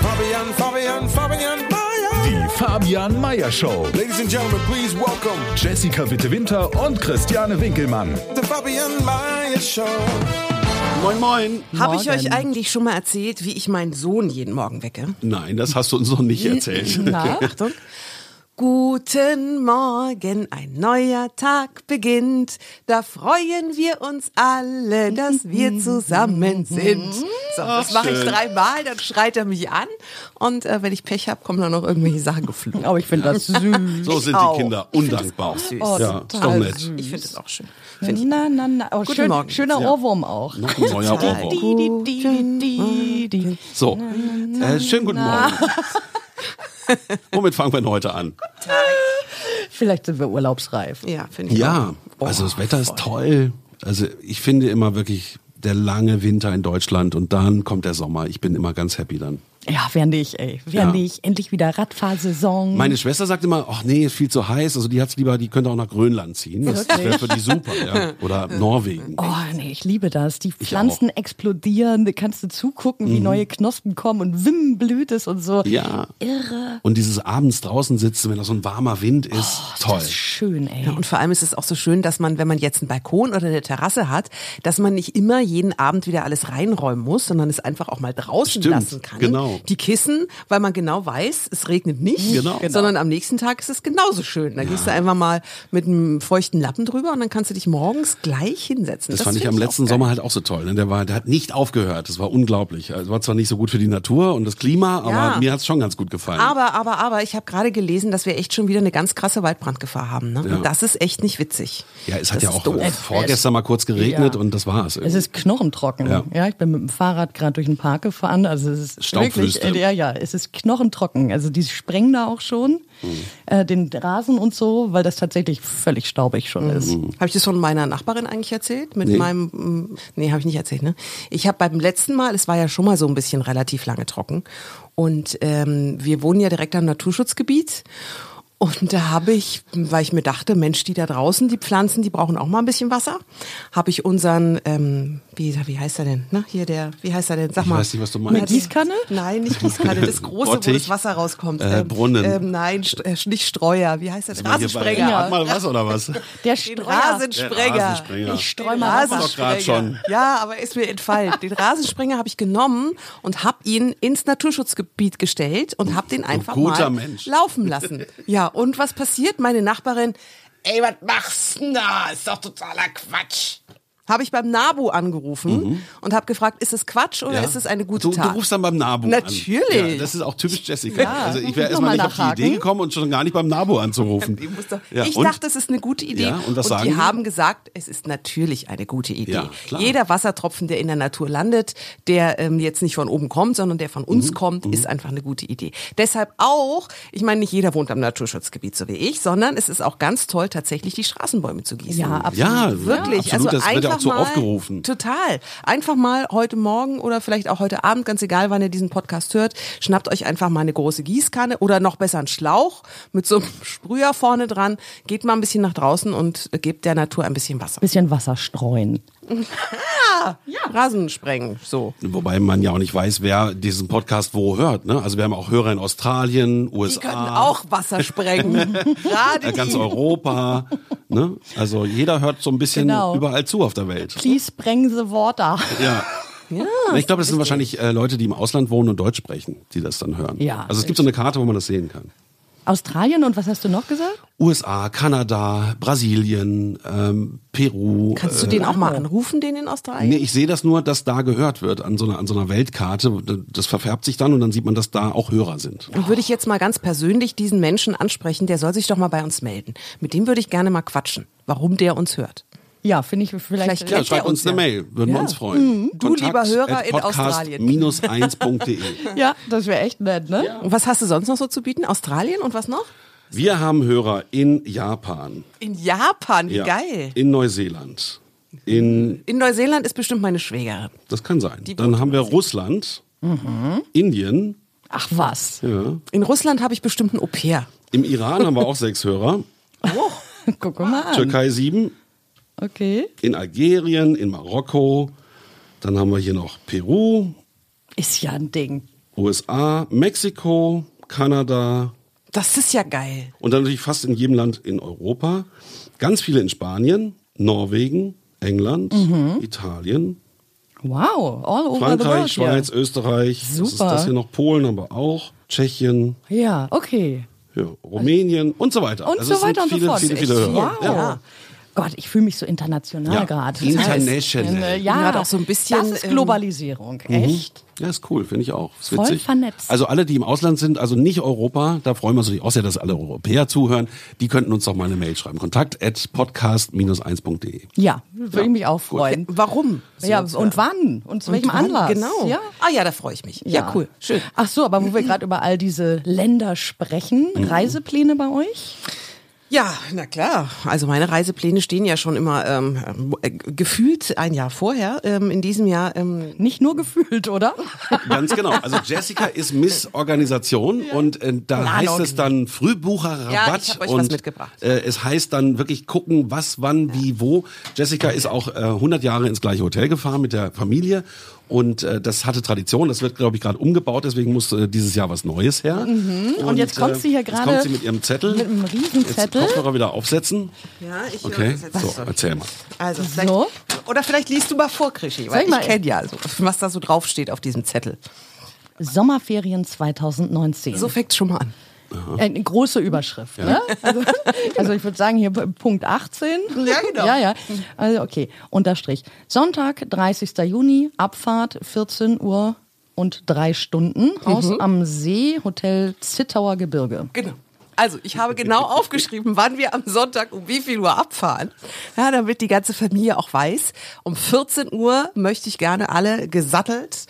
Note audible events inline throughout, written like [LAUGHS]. Fabian, Fabian, Fabian Mayer. Die Fabian Meier Show. Ladies and gentlemen, please welcome Jessica Witte Winter und Christiane Winkelmann. the Fabian Mayer Show. Moin, moin. Habe ich euch eigentlich schon mal erzählt, wie ich meinen Sohn jeden Morgen [LAUGHS] wecke? Nein, das hast du uns noch nicht erzählt. [LAUGHS] Na, Achtung. Guten Morgen, ein neuer Tag beginnt. Da freuen wir uns alle, dass wir [LAUGHS] zusammen sind. So, das mache ich dreimal, dann schreit er mich an. Und äh, wenn ich Pech habe, kommen dann noch irgendwelche Sachen geflogen. Aber ich finde [LAUGHS] das süß. So sind Au. die Kinder undankbar. Oh, ja, ist doch total nett. süß. Ich finde es auch schön. na, na, na. Oh, Guten schön, Morgen. Schöner Ja. Ohrwurm auch. Noch ein neuer Ohrwurm. Di, di, di, di, di. So, äh, schönen guten Morgen. [LAUGHS] Womit fangen wir denn heute an? Vielleicht sind wir urlaubsreif. Ja, finde ich. Ja, also Oh, das Wetter ist toll. Also ich finde immer wirklich der lange Winter in Deutschland und dann kommt der Sommer. Ich bin immer ganz happy dann. Ja, wer nicht, ey. Wer Ja. nicht. Endlich wieder Radfahrsaison. Meine Schwester sagt immer, ach nee, ist viel zu heiß. Also die hat's lieber, die könnte auch nach Grönland ziehen. Das, das wäre für die super, ja. [LAUGHS] Oder Norwegen. Oh nee, ich liebe das. Die Pflanzen explodieren, da kannst du zugucken, wie neue Knospen kommen und Wim blüht es und so. Mhm. Ja. Irre. Und dieses abends draußen sitzen, wenn da so ein warmer Wind ist, toll. Oh, Das ist schön, ey. Ja, und vor allem ist es auch so schön, dass man, wenn man jetzt einen Balkon oder eine Terrasse hat, dass man nicht immer jeden Abend wieder alles reinräumen muss, sondern es einfach auch mal draußen Stimmt, lassen kann. genau. Die Kissen, weil man genau weiß, es regnet nicht, Genau. sondern am nächsten Tag ist es genauso schön. Da gehst du einfach mal mit einem feuchten Lappen drüber und dann kannst du dich morgens gleich hinsetzen. das, fand ich find am letzten auch geil. Sommer halt auch so toll. Ne? Der, war, der hat nicht aufgehört. Das war unglaublich. Also war zwar nicht so gut für die Natur und das Klima, aber Ja. mir hat's schon ganz gut gefallen. Aber, aber, aber, ich habe gerade gelesen, dass wir echt schon wieder eine ganz krasse Waldbrandgefahr haben. Ne? Ja. Und das ist echt nicht witzig. ja, es das hat ja ist auch doof. vorgestern mal kurz geregnet Ja. und das war's. Es ist knochentrocken. Ja. Ja. ich bin mit dem Fahrrad gerade durch den Park gefahren. Also es ist Staubwüste. wirklich, äh, ja, ja, es ist knochentrocken. Also die sprengen da auch schon Mhm. äh, den Rasen und so, weil das tatsächlich völlig staubig schon ist. Mhm. Habe ich das von meiner Nachbarin eigentlich erzählt? Mit Nee. meinem mm, Nee, habe ich nicht erzählt, ne? Ich habe beim letzten Mal, es war ja schon mal so ein bisschen relativ lange trocken und ähm, wir wohnen ja direkt am Naturschutzgebiet. Und da habe ich, weil ich mir dachte, Mensch, die da draußen, die Pflanzen, die brauchen auch mal ein bisschen Wasser, habe ich unseren, ähm, wie, wie heißt er denn? Na, hier der, wie heißt er denn? Sag Ich mal. weiß nicht, was du meinst. Eine Gießkanne? Nein, nicht Gießkanne, [LAUGHS] das große, wo Bottich? das Wasser rauskommt. Äh, Ähm, Brunnen. Ähm, nein, St äh, nicht Streuer, wie heißt er? Sind wir hier bei- Rasensprenger. Hat mal was oder [LAUGHS] was? Der Den Straße. Rasensprenger. Der Rasensprenger. Ich streu Den mal Wasser. Doch grad schon. Ja, aber ist mir entfallen. Den Rasensprenger habe ich genommen und habe ihn ins Naturschutzgebiet gestellt und habe den einfach guter mal Mensch. laufen lassen. Ja, und was passiert? Meine Nachbarin, ey, was machst du denn da? Ist doch totaler Quatsch. Habe ich beim NABU angerufen und habe gefragt, ist es Quatsch oder Mhm. Ja. ist es eine gute du, Tat? Du rufst dann beim NABU Natürlich. an. Ja, das ist auch typisch Jessica. Ja, also ich wäre noch mal erstmal nicht auf die nachhaken. Idee gekommen und schon gar nicht beim [LAUGHS] NABU anzurufen. Ich, muss doch, Ja, ich und? dachte, es ist eine gute Idee. Ja, und was sagen die die? haben gesagt, es ist natürlich eine gute Idee. Ja, klar. Jeder Wassertropfen, der in der Natur landet, der ähm, jetzt nicht von oben kommt, sondern der von Mhm, uns kommt, ist einfach eine gute Idee. Deshalb auch, ich meine, nicht jeder wohnt am Naturschutzgebiet, so wie ich, sondern es ist auch ganz toll, tatsächlich die Straßenbäume zu gießen. Ja, absolut. Ja, Wirklich, absolut, also das wird ja auch einfach so mal, aufgerufen. Total. Einfach mal heute Morgen oder vielleicht auch heute Abend, ganz egal, wann ihr diesen Podcast hört, schnappt euch einfach mal eine große Gießkanne oder noch besser einen Schlauch mit so einem [LAUGHS] Sprüher vorne dran, geht mal ein bisschen nach draußen und gebt der Natur ein bisschen Wasser. Bisschen Wasser streuen. Rasen sprengen, so. Wobei man ja auch nicht weiß, wer diesen Podcast wo hört. Ne? Also wir haben auch Hörer in Australien, Die USA, können [LAUGHS] auch Wasser sprengen. Gerade äh, ganz die. Europa. ne? Also jeder hört so ein bisschen Genau. überall zu auf der Welt. Please bring the water. Ja. Ah, ich glaube, das sind wahrscheinlich äh, Leute, die im Ausland wohnen und Deutsch sprechen, die das dann hören. Ja. Also es gibt so eine Karte, wo man das sehen kann. Australien und was hast du noch gesagt? USA, Kanada, Brasilien, ähm, Peru. äh, Kannst du den auch mal anrufen, den in Australien? Nee, ich sehe das nur, dass da gehört wird an so einer, an so einer Weltkarte. Das verfärbt sich dann und dann sieht man, dass da auch Hörer sind. Dann würde ich jetzt mal ganz persönlich diesen Menschen ansprechen, der soll sich doch mal bei uns melden. Mit dem würde ich gerne mal quatschen, warum der uns hört. Ja, finde ich vielleicht. Vielleicht Ja, Kennt schreibt ihr uns uns eine ja? Mhm. Mail, würden wir uns freuen. Du, lieber Hörer in Australien. [LAUGHS] Podcast-1.de. Ja, das wäre echt nett, ne? Und was hast du sonst noch so zu bieten? Australien und was noch? Wir haben Hörer in Japan. In Japan, wie Ja. geil. In Neuseeland. In, In Neuseeland ist bestimmt meine Schwägerin. das kann sein. Dann haben wir Russland, Mhm. Indien, Ach was. ja. In Russland habe ich bestimmt ein Au-pair. im Iran haben [LAUGHS] wir auch sechs Hörer, [LAUGHS] Guck mal an. Türkei Ähm. sieben, Okay. in Algerien, in Marokko, dann haben wir hier noch Peru, Ist ja ein Ding. USA, Mexiko, Kanada Das ist ja geil. und dann natürlich fast in jedem Land in Europa. Ganz viele in Spanien, Norwegen, England, Mhm. Italien, Wow, all over the world. Frankreich, hier. Schweiz, Österreich. Was ist Super. das hier noch? Polen haben wir auch, Tschechien, Ja, okay. ja, Rumänien und so weiter. Und Also so es sind weiter und viele, so fort. Viele, viele Echt Hörer. Wow. Ja. Gott, ich fühle mich so international Ja, gerade. international. Das heißt, ja, Gerade auch so ein bisschen, Das ist ähm, Globalisierung, echt? Ja, ist cool, finde ich auch. Ist Voll witzig. vernetzt. Also alle, die im Ausland sind, also nicht Europa, da freuen wir uns natürlich auch sehr, dass alle Europäer zuhören. Die könnten uns doch mal eine Mail schreiben. Kontakt at podcast-1.de. Ja, würde ich mich auch freuen. Warum? Ja, So, und wann? Und zu welchem wann? Anlass? Genau. Ja. Ah ja, da freue ich mich. Ja, cool. Schön. Ach so, aber wo wir gerade über all diese Länder sprechen, Reisepläne bei euch? Ja, na klar. Also meine Reisepläne stehen ja schon immer ähm, äh, gefühlt ein Jahr vorher. Ähm, in diesem Jahr ähm, Nicht nur gefühlt, oder? Ganz genau. Also Jessica ist Miss Organisation und äh, da heißt es Ja, dann Frühbucherrabatt ich hab euch was und mitgebracht. Äh, es heißt dann wirklich gucken, was, wann, wie, wo. Jessica ist auch äh, 100 Jahre ins gleiche Hotel gefahren mit der Familie und äh, das hatte Tradition. Das wird, glaube ich, gerade umgebaut. Deswegen muss äh, dieses Jahr was Neues her. Und, äh, jetzt kommt sie hier jetzt gerade kommt sie mit ihrem Zettel. mit einem Riesenzettel. Jetzt Kopfhörer wieder aufsetzen. Ja, ich höre Okay. das jetzt. So, erzähl mal. also vielleicht, So. oder vielleicht liest du mal vor, Krischi, weil ich mal- ich kenne ja, so, was da so draufsteht auf diesem Zettel. Sommerferien 2019. So fängt's schon mal an. Äh, Eine große Überschrift. Ne? Also, [LAUGHS] also ich würde sagen hier p- Punkt 18. Ja, genau. Ja, ja. Also okay, Unterstrich. Sonntag, 30. Juni, Abfahrt 14 Uhr und drei Stunden. Haus am See, Hotel Zittauer Gebirge. Genau. Also, ich habe [LAUGHS] genau aufgeschrieben, wann wir am Sonntag um wie viel Uhr abfahren. Ja, damit die ganze Familie auch weiß. Um 14 Uhr möchte ich gerne alle gesattelt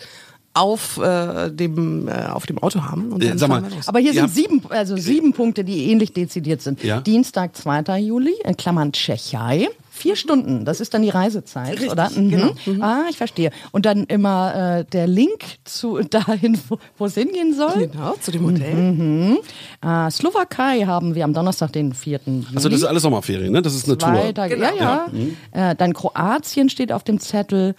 auf, äh, dem, äh, auf dem Auto haben. Und Äh, dann sag mal, fahren wir los. Aber hier Ihr sind habt- sieben, also sieben Punkte, die ähnlich dezidiert sind. Ja. Dienstag, 2. Juli, in Klammern Tschechei. Vier Stunden, das ist dann die Reisezeit, oder? Mhm. Ah, ich verstehe. Und dann immer äh, der Link zu [LAUGHS] dahin, wo- wo es hingehen soll. Genau, zu dem Hotel. Äh, Slowakei haben wir am Donnerstag, den 4. Juli. Also das ist alles Sommerferien, ne? Das ist eine Zwei Tour. Mhm. Tage. Ja, ja. Äh, dann Kroatien steht auf dem Zettel.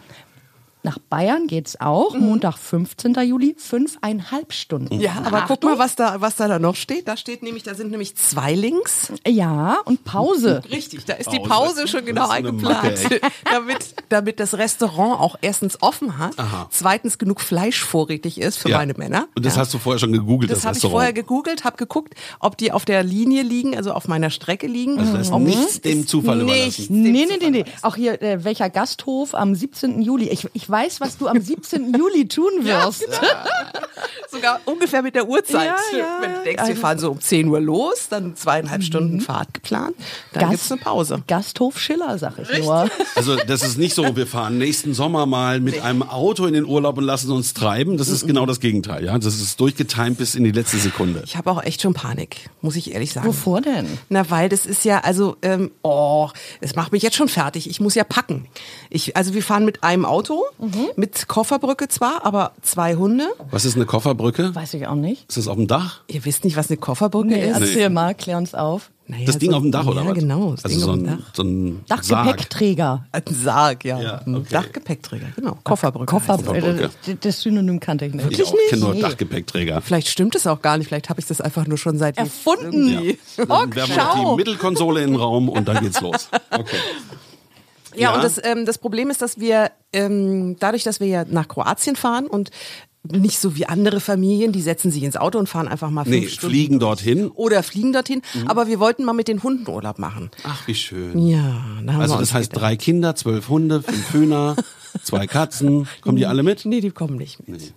Nach Bayern geht's auch. Montag, 15. Juli, fünfeinhalb Stunden. Ja, aber guck mal, was da, was da, da noch steht. Da steht nämlich, da sind nämlich zwei Links. Ja, und [LAUGHS] Pause. Richtig, da ist Pause. die Pause schon genau Das ist eine eingeplant. Macke, [LAUGHS] damit, damit das Restaurant auch erstens offen hat, Aha. zweitens genug Fleisch vorrätig ist für Ja. meine Männer. Und das Ja. hast du vorher schon gegoogelt, das, Das habe ich Restaurant. vorher gegoogelt, habe geguckt, ob die auf der Linie liegen, also auf meiner Strecke liegen. Mhm. Also das ist ob nichts dem Zufall nichts überlassen. Nee, dem nee, Zufall nee, nee. überlassen. Auch hier, äh, welcher Gasthof am 17. Juli. Ich, ich weiß, was [LAUGHS] du am 17. Juli tun wirst. Sogar ungefähr mit der Uhrzeit. Ja, ja. Mhm. Wenn du denkst, wir fahren so um 10 Uhr los, dann zweieinhalb Stunden Fahrt geplant, dann gibt's eine Pause. Gasthof Schiller, sag ich nur. Also das ist nicht so, wir fahren nächsten Sommer mal mit einem Auto in den Urlaub und lassen uns treiben. Das ist Mhm. genau das Gegenteil. Ja, das ist durchgetimt bis in die letzte Sekunde. Ich habe auch echt schon Panik, muss ich ehrlich sagen. Wovor denn? Na, weil das ist ja, also, ähm, oh, es macht mich jetzt schon fertig. Ich muss ja packen. Ich, also wir fahren mit einem Auto, Mhm. mit Kofferbrücke zwar, aber zwei Hunde. Was ist eine Kofferbrücke? Weiß ich auch nicht. Ist das auf dem Dach? Ihr wisst nicht, was eine Kofferbrücke Nee, also ist. erzähl mal, klär uns auf. Naja, das Ding so- auf dem Dach oder ja, was? genau, das Also Ding so auf dem ein, Dach. so ein Sarg. Dachgepäckträger. Ein Sarg, ja. Ja, Ein okay. Dachgepäckträger, genau. Kofferbrücke. Koffer, heißt es. Kofferbrücke. äh, das- das Synonym kannte ich nicht. Ich auch kenne nur Nee. genau, Dachgepäckträger. Vielleicht stimmt es auch gar nicht, vielleicht habe ich das einfach nur schon seit Erfunden. irgendwie- Dann Och, werfen wir noch die schau. Mittelkonsole in den Raum und dann [LAUGHS] geht's los. Okay. Ja, Ja. und das, ähm, das Problem ist, dass wir ähm, dadurch, dass wir ja nach Kroatien fahren und nicht so wie andere Familien, die setzen sich ins Auto und fahren einfach mal fünf Nee, Stunden fliegen Mhm. dorthin. oder fliegen dorthin. Aber wir wollten mal mit den Hunden Urlaub machen. Ach, wie schön. Ja, da haben Ah. Also wir uns das heißt gedacht. drei Kinder, zwölf Hunde, [LAUGHS] fünf Hühner, zwei Katzen. Kommen die alle mit? Nee, die kommen nicht mit.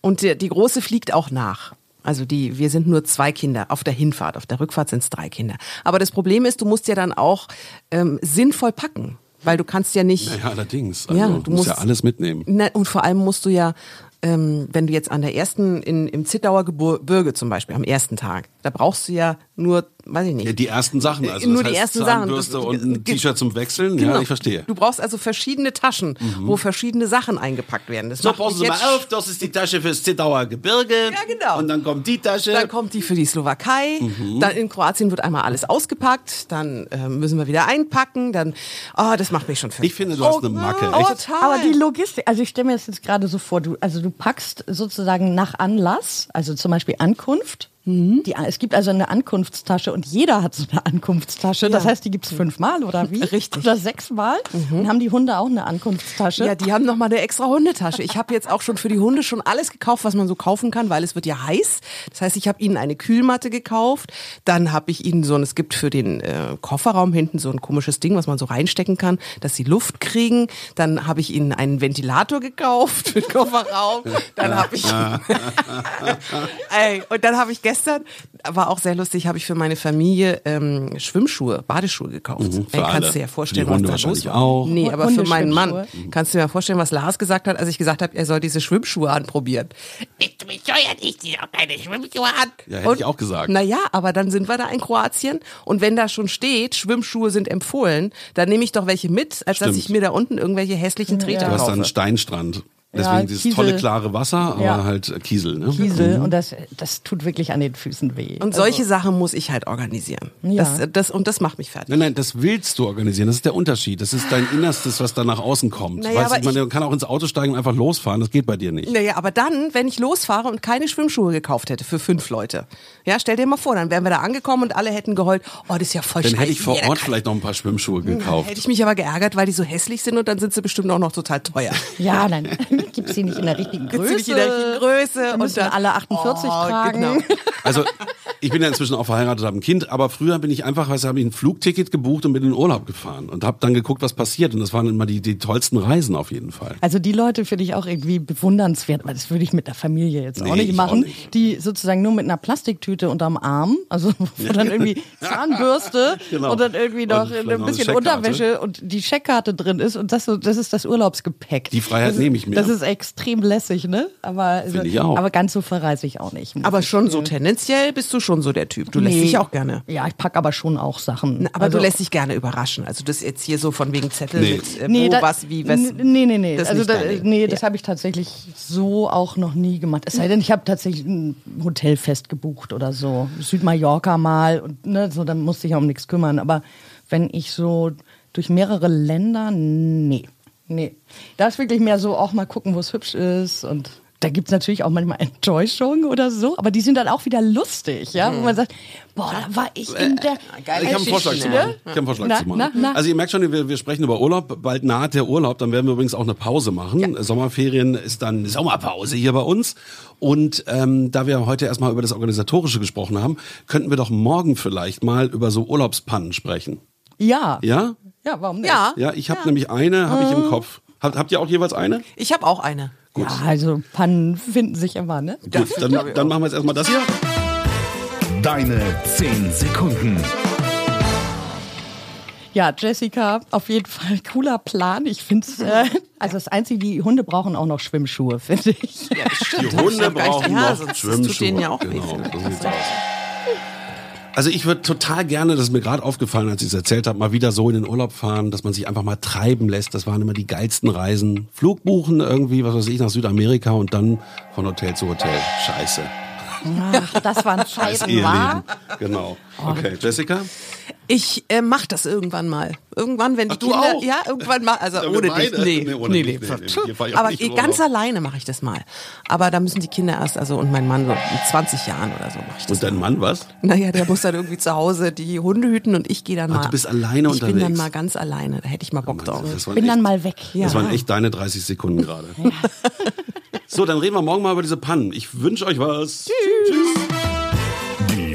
Und die, die große fliegt auch nach. Also die, wir sind nur zwei Kinder auf der Hinfahrt, auf der Rückfahrt sind es drei Kinder. Aber das Problem ist, du musst ja dann auch ähm, sinnvoll packen. Weil du kannst ja nicht. Ja, allerdings. Also, Ja, du musst ja alles mitnehmen. Na, und vor allem musst du ja, ähm, wenn du jetzt an der ersten, in, im Zittauer Gebur- Gebirge zum Beispiel, am ersten Tag, da brauchst du ja nur, weiß ich nicht. Ja, die ersten Sachen, also Nur das die heißt ersten Sachen. Zahnbürste Das- und ein ge- Genau. T-Shirt zum Wechseln. Ja, ich verstehe. Mhm. Du brauchst also verschiedene Taschen, wo verschiedene Sachen eingepackt werden. Das So, macht passen Sie mich mal jetzt auf, das ist die Tasche fürs Zittauer Gebirge. Ja, genau. Und dann kommt die Tasche. Dann kommt die für die Slowakei. Mhm. Dann in Kroatien wird einmal alles ausgepackt. Dann äh, müssen wir wieder einpacken. Dann, oh, das macht mich schon fertig. Ich finde, du hast eine Macke, Oh, echt? total. Aber die Logistik, also ich stelle mir das jetzt gerade so vor, du, also du packst sozusagen nach Anlass, also zum Beispiel Ankunft. Mhm. Die, es gibt also eine Ankunftstasche und jeder hat so eine Ankunftstasche. Das heißt, die gibt es fünfmal oder wie? Richtig. Mhm. Oder sechsmal. Dann haben die Hunde auch eine Ankunftstasche. ja, die haben noch mal eine extra Hundetasche. Ich habe jetzt auch schon für die Hunde schon alles gekauft, was man so kaufen kann, weil es wird ja heiß. Das heißt, ich habe ihnen eine Kühlmatte gekauft. Dann habe ich ihnen so ein, es gibt für den äh, Kofferraum hinten so ein komisches Ding, was man so reinstecken kann, dass sie Luft kriegen. Dann habe ich ihnen einen Ventilator gekauft für den Kofferraum. Dann habe [LAUGHS] ich Ey, und dann habe ich gestern, war auch sehr lustig, habe ich für meine Familie ähm, Schwimmschuhe, Badeschuhe gekauft. Mhm, für Ey, alle. kannst du dir ja Für die vorstellen, Hunde was da los wahrscheinlich war. auch. Nee, aber für meinen Mann. Hundeschwimmschuhe. Kannst du dir mal vorstellen, was Lars gesagt hat, als ich gesagt habe, er soll diese Schwimmschuhe anprobieren. Bist du bescheuert? Ich ziehe auch keine Schwimmschuhe an. Ja, hätte ich auch gesagt. Naja, aber dann sind wir da in Kroatien und wenn da schon steht, Schwimmschuhe sind empfohlen, dann nehme ich doch welche mit, als dass Stimmt. ich mir da unten irgendwelche hässlichen Treter du hast kaufe. dann einen Steinstrand. Deswegen Ja, dieses Kiesel. tolle, klare Wasser, aber Ja. halt äh, Kiesel. Ne? Kiesel und das, das tut wirklich an den Füßen weh. Und solche Sachen muss ich halt organisieren. Ja. Das, das, und das macht mich fertig. Nein, nein, das willst du organisieren. Das ist der Unterschied. Das ist dein Innerstes, was da nach außen kommt. Naja, weißt, du, aber ich meine, ich- man kann auch ins Auto steigen und einfach losfahren. Das geht bei dir nicht. Naja, aber dann, wenn ich losfahre und keine Schwimmschuhe gekauft hätte für fünf Leute. Ja, stell dir mal vor, dann wären wir da angekommen und alle hätten geheult, oh, das ist ja voll Dann scheiße. hätte ich vor jeder Ort kann- vielleicht noch ein paar Schwimmschuhe Hätte gekauft. ich mich aber geärgert, weil die so hässlich sind und dann sind sie bestimmt auch noch total [LAUGHS] teuer. Ja, dann gibt's sie nicht in der richtigen Größe. Gibt's sie nicht in der richtigen Größe Dann und müssen dann- alle 48 Oh, tragen. genau. Also, ich bin ja inzwischen auch verheiratet, habe ein Kind, aber früher bin ich einfach, weißt du, habe ich ein Flugticket gebucht und bin in den Urlaub gefahren und habe dann geguckt, was passiert. Und das waren immer die, die tollsten Reisen auf jeden Fall. Also die Leute finde ich auch irgendwie bewundernswert, weil das würde ich mit der Familie jetzt Nee, auch ich nicht auch machen, nicht. die sozusagen nur mit einer Plastiktüte unterm Arm, also [LAUGHS] wo dann irgendwie Zahnbürste [LAUGHS] Genau. und dann irgendwie Und noch vielleicht noch ein eine bisschen Scheckkarte. Unterwäsche und die Scheckkarte drin ist und das so das ist das Urlaubsgepäck. Die Freiheit Das- nehme ich mir. Das ist extrem lässig, ne? Aber Finde ich auch. aber ganz so verreise ich auch nicht. [LAUGHS] Aber schon so tendenziell bist du schon so der Typ. Du lässt Nee. dich auch gerne. Ja, ich packe aber schon auch Sachen. Aber Also- du lässt dich gerne überraschen. Also das jetzt hier so von wegen Zettel Nee. mit äh, Nee, wo, da- was, wie, was. Nee, nee, nee. Das also nicht da, dein Ding. nee, das habe ich tatsächlich so auch noch nie gemacht. Es sei denn, ich habe tatsächlich ein Hotelfest gebucht oder so. Südmallorca mal und ne, so, dann musste ich ja um nichts kümmern. Aber wenn ich so durch mehrere Länder, nee. Nee. Da ist wirklich mehr so auch mal gucken, wo es hübsch ist und da gibt es natürlich auch manchmal [LAUGHS] Enttäuschungen oder so, aber die sind dann auch wieder lustig, ja, wo man sagt, boah, da war ich in der geile Ich habe einen Vorschlag zu machen. Ich habe einen Vorschlag ne? Na, zu machen. na, na. Also ihr merkt schon, wir, wir sprechen über Urlaub. Bald naht der Urlaub. Dann werden wir übrigens auch eine Pause machen. Sommerferien ist dann Sommerpause hier bei uns. Und ähm, da wir heute erstmal über das Organisatorische gesprochen haben, könnten wir doch morgen vielleicht mal über so Urlaubspannen sprechen. Ja. Ja? Ja, warum nicht? Ja, Ja, ich habe nämlich eine, habe ich im Äh. Kopf. Habt, habt ihr auch jeweils eine? ich habe auch eine. Ja, also Pannen finden sich immer, ne? Gut, dann, dann machen wir jetzt erstmal das hier. Deine 10 Sekunden. Ja, Jessica, auf jeden Fall cooler Plan. Ich finde es, äh, also das Einzige, die Hunde brauchen auch noch Schwimmschuhe, finde ich. Die Stimmt, hab ich Hunde noch gar nicht- brauchen ja, noch sonst- das tut Schwimmschuhe. denen ja auch weh. genau, so sieht's aus. Also ich würde total gerne, das ist mir gerade aufgefallen, als ich es erzählt habe, mal wieder so in den Urlaub fahren, dass man sich einfach mal treiben lässt. Das waren immer die geilsten Reisen. Flug buchen irgendwie, was weiß ich, nach Südamerika und dann von Hotel zu Hotel. Scheiße. Ach, das waren Ah, Ist Scheiben, ihr war. Leben. Genau. Oh. Okay, Jessica? Ich äh, mach das irgendwann mal. Irgendwann, wenn die Ach, du Kinder, auch? ja, irgendwann mal, also Ja, wir ohne dich, beide? nee, Nee, nee, ohne nee, dich, nee, nee, hier fahr ich auch Aber nicht in ganz Urlaub. alleine mache ich das mal. Aber da müssen die Kinder erst, also und mein Mann so in 20 Jahren oder so mache ich das. Und dein Mann was? Naja, der muss dann irgendwie zu Hause die Hunde hüten und ich gehe dann Ach, mal. du bist alleine ich Ich bin dann unterwegs. Oh mal ganz alleine. Da hätte ich mal Bock drauf. Das waren Bin dann echt- mal weg. Ja. Das waren echt deine 30 Sekunden gerade. So, dann reden wir morgen mal über diese Pannen. Ich wünsche euch was. Tschüss. Die